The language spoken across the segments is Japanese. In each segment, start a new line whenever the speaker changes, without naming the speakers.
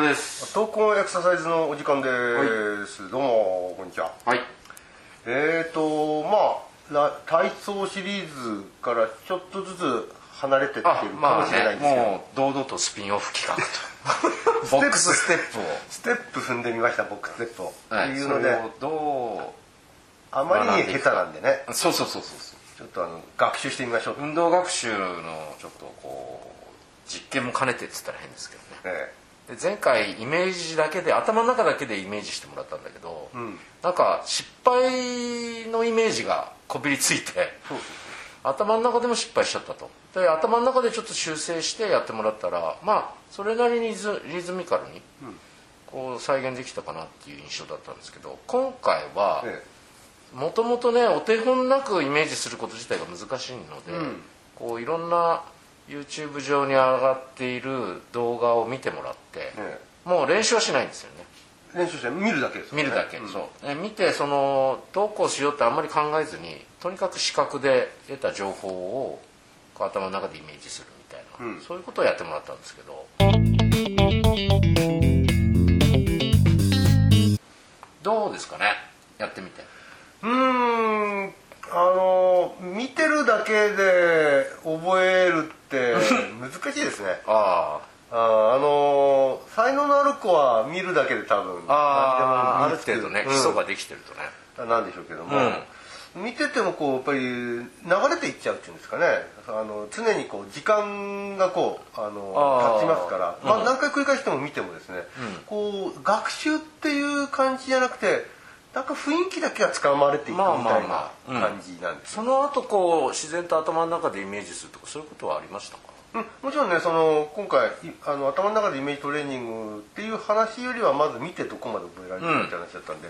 闘魂エクササイズのお時間です、どうもこんにちは
はい
えーとまあら体操シリーズからちょっとずつ離れてってる
あ
か
ま
も
あ
しれない
ね
んですけど、
もう堂々とスピンオフ企画とボックスステップを
ステップ踏んでみましたボックスステップを、
は
っ
い
ていう
そ
の
れ
で
をど
あまりに下手なんでね
うそうそうそうそうそう
ちょっとあの学習してみましょう、
運動学習のちょっとこう実験も兼ねてって言ったら変ですけどね
え
で前回イメージだけで頭の中だけでイメージしてもらったんだけど、
ん
なんか失敗のイメージがこびりついて
そうそう
頭の中でも失敗しちゃったとで頭の中でちょっと修正してやってもらったらまあそれなりにリズリズミカルにこう再現できたかなっていう印象だったんですけど今回は
え
もともとねお手本なくイメージすること自体が難しいので、
ん
こういろんな YouTube 上に上がっている動画を見てもらって、
え
もう練習はしないんですよね
え練習して見るだけですよね
見るだけ、
うん
そうで見てそのどうこうしようってあんまり考えずにとにかく視覚で得た情報をこう頭の中でイメージするみたいな、
うん
そういうことをやってもらったんですけど、どうですかねやってみて
うーんあの見てるだけで覚えるって難しいですね
ああ
あーあの才能のある子は見るだけで多分
ああある
何でも
程度
身につ
ね
く
基礎ができてるとね、
うんなんでしょうけども、見ててもこうやっぱり流れていっちゃうっていうんですかねあの常にこう時間がこうあの
あ
経
ー
ちますから、まあ、何回繰り返しても見てもですね、こう学習っていう感じじゃなくてなんか雰囲気だけがつかまれていくみ
まあま
た
あ
いな
まあうん
感じなんです
その後こう自然と頭の中でイメージするとかそういうことはありましたか
うん、もちろんねその今回いあの頭の中でイメージトレーニングっていう話よりはまず見てどこまで覚えられるかって話だったんで、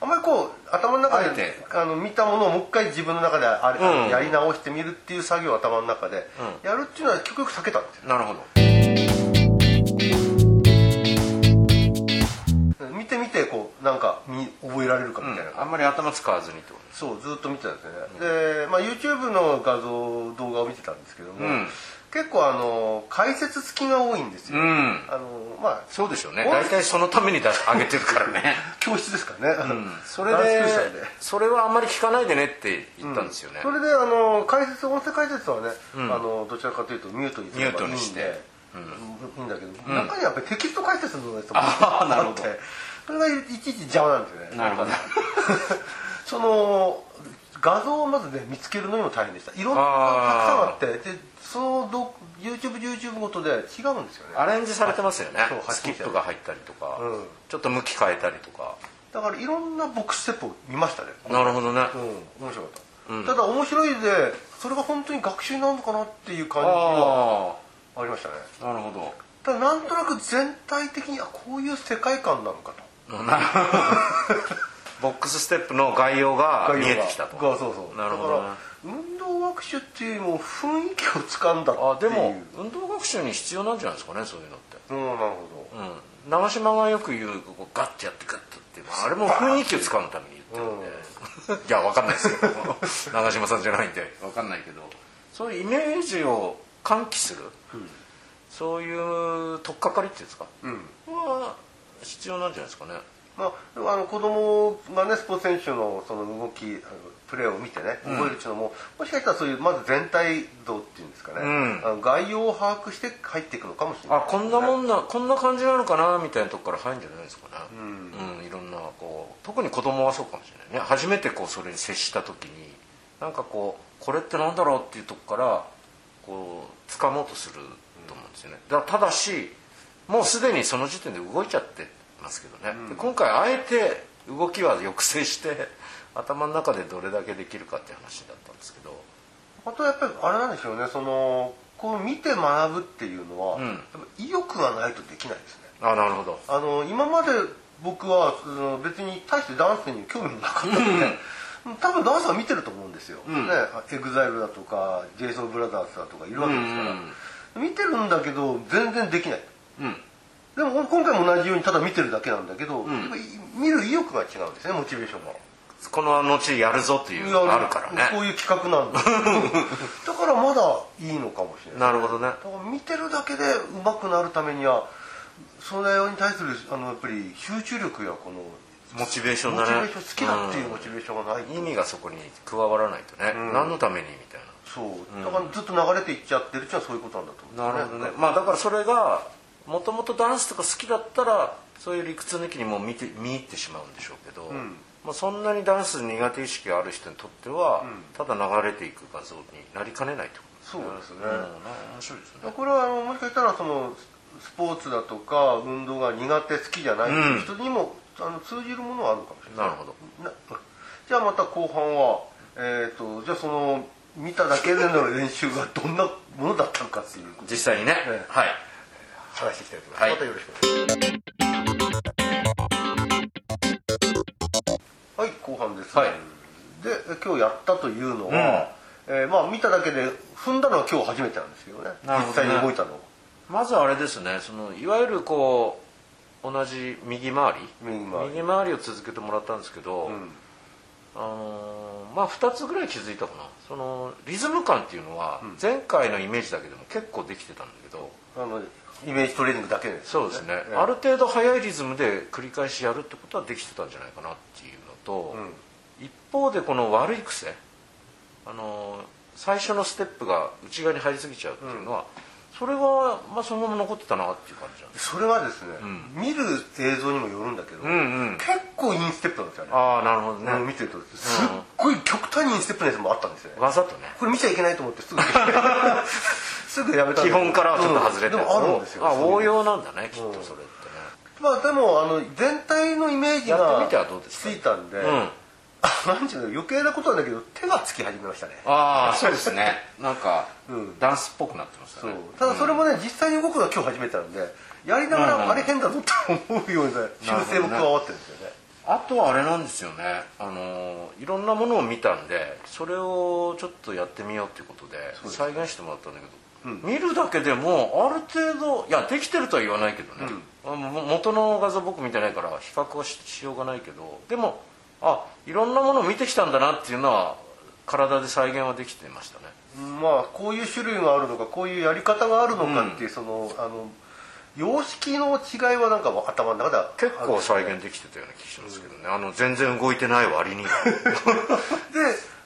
あんまりこう頭の中
あえ
で
て
あの見たものをもう一回自分の中であれ、
うん
やり直してみるっていう作業を頭の中でやるっていうのは極力避けたんですよ
なるほど
見て見てこうなんか見覚えられるかみたいな、
あんまり頭使わずにってこと
そうずっと見てたんですよね、で、まあ、YouTube の画像動画を見てたんですけども、
ん
結構あの解説付きが多いんですよ、
ん
あのまあ
そうでしょうね
お
大体そのために出し上げてるからね
教室ですからね、
それ
ダンス
で
教室なんで
それはあんまり聞かないでねって言ったんですよね、
それであの解説音声解説はね、あのどちらかというとミュートにすれば
ミュートにし
いい
て
んでいいんだけど、中にはやっぱりテキスト解説のやつも
あーなる
あ
ほ
っ
ど
てそれがいちいち邪魔なんですよね
なるほど
その画像をまずね見つけるのにも大変でしたいろんな
あ
たくさんあってでそのど YouTube YouTube ごとで違うんですよね
アレンジされてますよね
そう
スキップが入ったりとか、
うん
ちょっと向き変えたりとか
だからいろんなボックスステップを見ましたね
なるほどね、
うん面白かった、ただ面白いでそれが本当に学習になるのかなっていう感じは
あ
ありましたね
あなるほ
ただなんとなく全体的にあこういう世界観なのかと
どなるほどボックスステップの概要が見えてきたと
がそうそう
なるほど
だ
ね
から運動学習っていうよりも雰囲気をつかんだっていう
あでも運動学習に必要なんじゃないですかねそういうのって
うんなるほど
うん長嶋がよく言うこうガッてやってガッとってあれも雰囲気をつかむために言ってるんで、いやわかんないですけど長嶋さんじゃないんでわかんないけどそういうイメージを喚起する、そういう取っかかりっていうんですか、は必要なんじゃないですかね
まあ、あの子供がねスポーツ選手のその動きあのプレーを見てね覚えるっていうのも、もしかしたらそういうまず全体像っていうんですかね、
ん
あの概要を把握して入っていくのかもしれない
あこんなも
ん
んなこんな感じなのかなみたいなとこから入るんじゃないですかねうん、いろんなこう特に子供はそうかもしれないね初めてこうそれに接した時になんかこうこれってなんだろうっていうとこからこう掴もうとすると思うんですよねだからただしもうすでにその時点で動いちゃってますけどね、で今回あえて動きは抑制して 頭の中でどれだけできるかって話だったんですけど
あとやっぱりあれなんでしょうねそのこう見て学ぶっていうのは、
ん
やっぱ意欲がないとできないですね
あなるほど
あの今まで僕はその別に大してダンスに興味もなかったので、多分ダンスは見てると思うんですよ、ね、エグザイルだとか j s o u l b r o t h e r s だとかいるわけですから、見てるんだけど全然できない
うん
でも今回も同じようにただ見てるだけなんだけど、やっぱり見る意欲が違うんですねモチベーションが。
この後やるぞというのがあるからね
こういう企画 なんだだからまだいいのかもしれない
なるほどね
だから見てるだけで上手くなるためにはそれに対するあのやっぱり集中力やこの
モチベーション
モ
だ
チベ
ね
ーション好きだっていうモチベーションがないと、
うん意味がそこに加わらないとね、
うん
何のためにみたい
そうだからずっと流れていっちゃってるっていうのはそういうことなんだと
な
思う
なるほどねまあだからそれがもともとダンスとか好きだったらそういう理屈抜きにもう見て見入ってしまうんでしょうけど、
ん
まあ、そんなにダンス苦手意識がある人にとっては、ただ流れていく画像になりかねないってこと
そうですね、
うん、面白いですね
これはあのもしかしたらそのスポーツだとか運動が苦手好きじゃないっていう人にも、あの通じるものはあるかもしれない
なるほど
なじゃあまた後半はえっ、とじゃあその見ただけでの練習がどんなものだったのかっていうこと
実際にね、
ええ
はい
話していきたいと思います、ま
はい
たよろしくお願いしますはい後半です、
はい
でえ今日やったというのは、えーまあ見ただけで踏んだのは今日初めてなんですけどね
なるほどね
実際に動いたの
まずあれですねそのいわゆるこう同じ右回り
右回り
右回りを続けてもらったんですけど、
うん
あのーまあ2つぐらい気づいたかなそのリズム感っていうのは前回のイメージだけでも結構できてたんだけど
あのイメージトレーニングだけです、
そうですね、
ええ
ある程度速いリズムで繰り返しやるってことはできてたんじゃないかなっていうのと、一方でこの悪い癖あのー最初のステップが内側に入りすぎちゃうっていうのは、それは、まあ、そのまま残ってたなっていう感じなんです
それはですね、見る映像にもよるんだけど、
んうん
結構インステップなんですよね
ああなるほどね、
あの見てるとすっごい極端にインステップのやつもあったんですよね、
わざとね
これ見ちゃいけないと思って すぐすぐやめたん
基
です
本からはちょっと外れて、
うんでもあるんですよ
あ
そういうの
応用なんだねきっとそれってね、
まあでもあの全体のイメージ
やって
が
みてはどうです
つ
か
いたんで、
うん
あなんていうの余計なことなんだけど手がつき始めましたね
ああそうですねなんか、
うん
ダンスっぽくなってました
そう
ね
ただそれもね、実際に動くのは今日初めてなんでやりなが
うんう
ら
ん
あれ変だぞって思うような修正も加わってるんですよね
あとはあれなんですよねあのーいろんなものを見たんでそれをちょっとやってみようっていうことで再現してもらったんだけど、見るだけでもある程度いやできてるとは言わないけどね、あも元の画像僕見てないから比較はししようがないけどでもあいろんなものを見てきたんだなっていうのは体で再現はできてましたね
まあこういう種類があるのかこういうやり方があるのかっていう、そのあの様式の違いはなんか頭の中では
結構再現できてたような気がしますけどね、あの全然動いてない割 には
で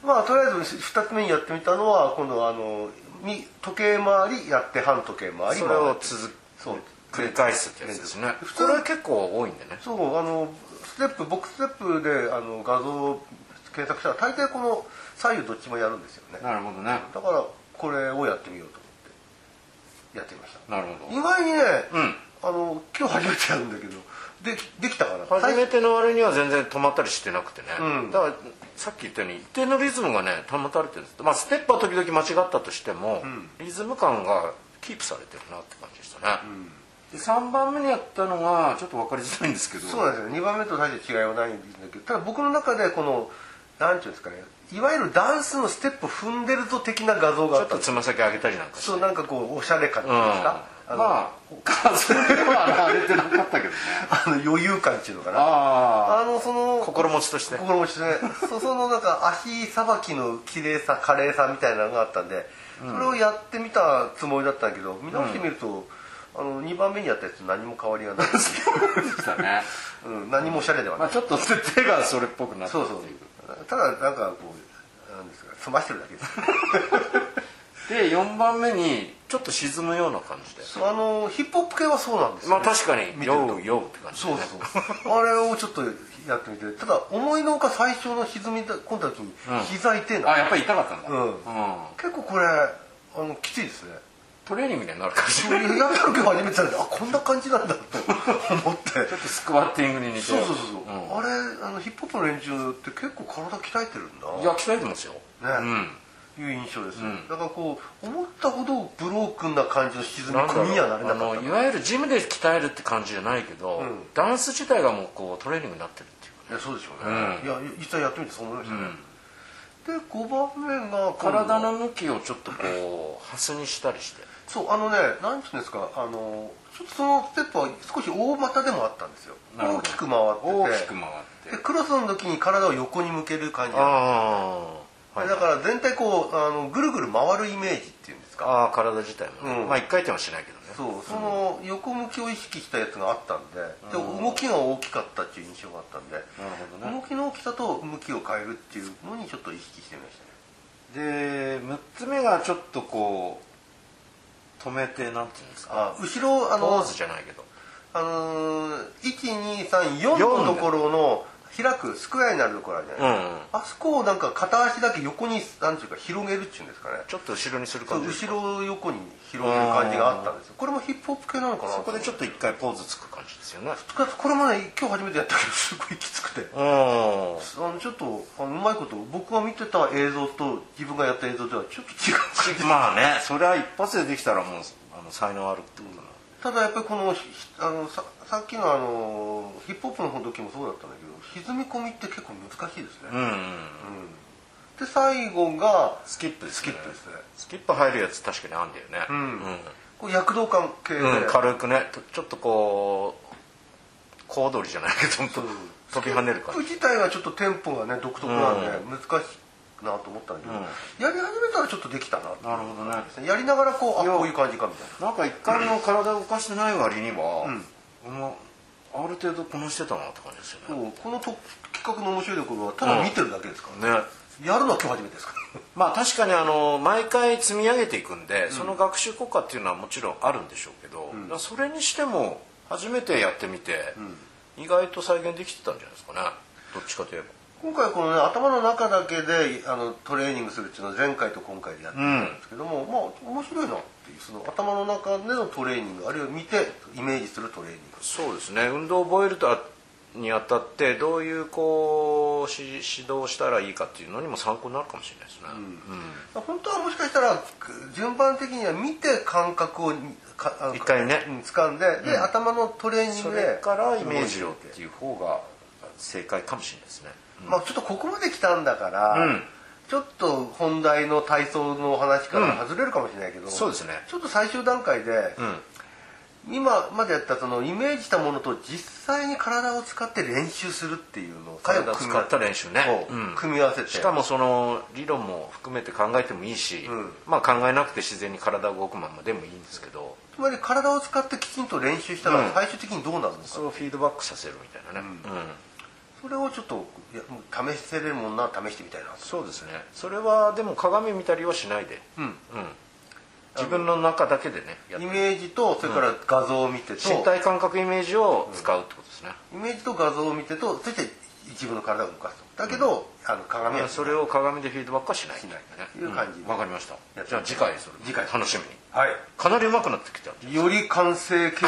まあとりあえず2つ目にやってみたのは今度はあのみ時計回りやって反時計回り
それを続
そう
繰り返すってやつですね
普通
これは結構多いんでね
そうあのステップ僕ステップであの画像を検索したら大抵この左右どっちもやるんですよね
なるほどね
だからこれをやってみようと思ってやってみました
なるほ
意外にね、
うん
あの今日初めてやるんだけどでできたかな
ど初
最
めての割には全然止まったりしてなくてね、
うん
だからさっき言ったように一定のリズムがね保たれてるんです、まあ、ステップは時々間違ったとしても、リズム感がキープされてるなって感じでしたね、で3番目にやったのがちょっと分かりづらいんですけど
そうなんですよ2番目と大して違いはないんだけどただ僕の中でこのなんていうんですかねいわゆるダンスのステップ踏んでるぞ的な画像が
ちょ
あっ
っ
た
と
んです
つま先上げたりなんかして
そうなんかこうおしゃれ感っていうんですか、
う
の
ん、まあ数ではあれてなかったけどね
あの余裕感っていうのかな
あ
あのその
あ心持ちとして
心持ちで、ね、そそのなんか足さばきの綺麗さ華麗さみたいなのがあったんで、それをやってみたつもりだったんだけど見直してみると、あの2番目にやったやつと何も変わりがない、
だね、
うん、何もおしゃれではない
まあ、ちょっと手がそれっぽくなった
そう
って
そう
いう
ただなんかこうなんですか澄ましてるだけ です
で4番目にちょっと沈むような感じで
あのヒップホップ系はそうなんですよ、
まあ確かに「
見てると
ようよう」って感じで
そ
ね、
うそうあれをちょっとやってみてただ思いのほか最初の歪み込んだ時に
ん
膝痛いな、
あやっぱり痛かったんだ
うん結構これあのきついですね
トレーニングになるかもしれない
やったら今日初めてなんであこんな感じなんだと思って
スクワッティングに似て
そう
る
そうそうそう、あれあのヒップホップの連中って結構体鍛えてるんだ
んいや鍛えてますよ、うん
いう印象です、だからこう思ったほどブロークンな感じの沈み
なんだろう
込みにはなれなか
あ
った
のいわゆるジムで鍛えるって感じじゃないけど、
ん
ダンス自体がもうこうトレーニングになってるっていう
い
か
やそうでしょうね、いや実際やってみてそう思いましたね、で5番目が今度
体の向きをちょっとこうハスにしたりして
そうあのね何て言うんですかあのちょっとそのステップは少し大股でもあったんですよ
なるほど
大きく回ってて
大きく回っ
で
て
クロスの時に体を横に向ける感じ
ああ、はい、
だから全体こうあのぐるぐる回るイメージっていうんですか
ああ体自体もね、
うん
まあ1回転はしないけどね
そうその横向きを意識したやつがあったんでで動きが大きかったっていう印象があったんで
なるほどね
動きの大きさと向きを変えるっていうのにちょっと意識してみましたね
で6つ目がちょっとこう止めてなんていうんですか
あ後ろあ
ポ
の
ーズじゃないけど
あのー、1234のところの開くスクエアになるところあるじゃ
う
ないですか、
ん、うん、
あそこをなんか片足だけ横になんていうか広げるっていうんですかね
ちょっと後ろにする
そ
感
う
じです
後
か
ろ横に広げる感じがあったんですよこれもヒップホップ系なのかな
そこでちょっと一回ポーズつく感じですよね
これもね今日初めてやったけどすごいきつくてあ
うん
のちょっとあのうまいこと僕が見てた映像と自分がやった映像ではちょっと違う感じ
まあねそれは一発でできたらもうあの才能あるってことなの
ただやっぱりこのひあのささっきのあのヒップホップの方の時もそうだったんだけど沈み込みって結構難しいですね、
うん、うん、
で最後が
スキップです
ス
ね
キップですね
スキップ入るやつ確かにあんだよねうん
こう躍動感系で、
うん、軽くねとちょっとこう小躍りじゃないけど
そう
飛び跳ねる感
スキップ
じ
自体はちょっとテンポがね独特なんで、難しいなと思ったんだけど、
うん
やり始めたらちょっとできたなって
なるほどね
やりながらこうあこういう感じかみたい
なんか一回も体動かしてない割には、もうある程度こなしてたなって感じですよ
な
ね、
そうこのと企画の面白いところはただ見てるだけですから、
ね
やるのは今日初めてですから
まあ確かにあの毎回積み上げていくんで、その学習効果っていうのはもちろんあるんでしょうけど、だからそれにしても初めてやってみて、意外と再現できてたんじゃないですかねどっちかといえば
今回このね頭の中だけであのトレーニングするっていうのは前回と今回でやってたんですけども、まあ面白いなっていうその頭の中でのトレーニングあるいは見てイメージするトレーニング
そうですね運動を覚えるとあにあたってどういうこうし指導をしたらいいかっていうのにも参考になるかもしれないですね、
本当はもしかしたらく順番的には見て感覚をにかあの
一回ね
うん掴んでで、頭のトレー
うん
ニン
そ
グ
れ
で
からイメージをっていう方が正解かもしれないですね、
まあちょっとここまで来たんだから、
うん
ちょっと本題の体操の話から外れるかもしれないけど、
そうですね
ちょっと最終段階で、今までやったそのイメージしたものと実際に体を使って練習するっていうのを
体を使った練習ね
そう
うん
組み合わせて
しかもその理論も含めて考えてもいいし、
ん
まあ考えなくて自然に体が動くままでもいいんですけど
つまり体を使ってきちんと練習した
う
ら
ん
最終的にどうなるのか、
それをフィードバックさせるみたいなね、うん
それをちょっといやもう試せれるもんなら試してみたいな
そうですねそれはでも鏡見たりはしないで、
うん
自分の中だけでねやっ
イ
て
メージとそれから画像を見てと、
身体感覚イメージを使うってことですね、
イメージと画像を見てとそして自分の体を動かすとだけど、あの鏡は見ない
それを鏡でフィードバックはしない
しないという感じ
んわ、かりました
やって
じゃあ次回それ
次回
楽しみに
はい
かなり上手くなってきた
より完成形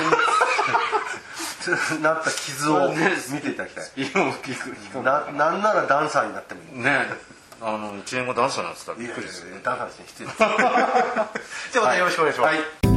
になった傷 を見ていただきたい
今も聞く聞
ななんならダンサーになってもいい
ねあの1年後ダンサーになってたらびっくりです
い やいやいや
る
ダンサーにして失礼ですじゃあまたよろしくお願いします、
はい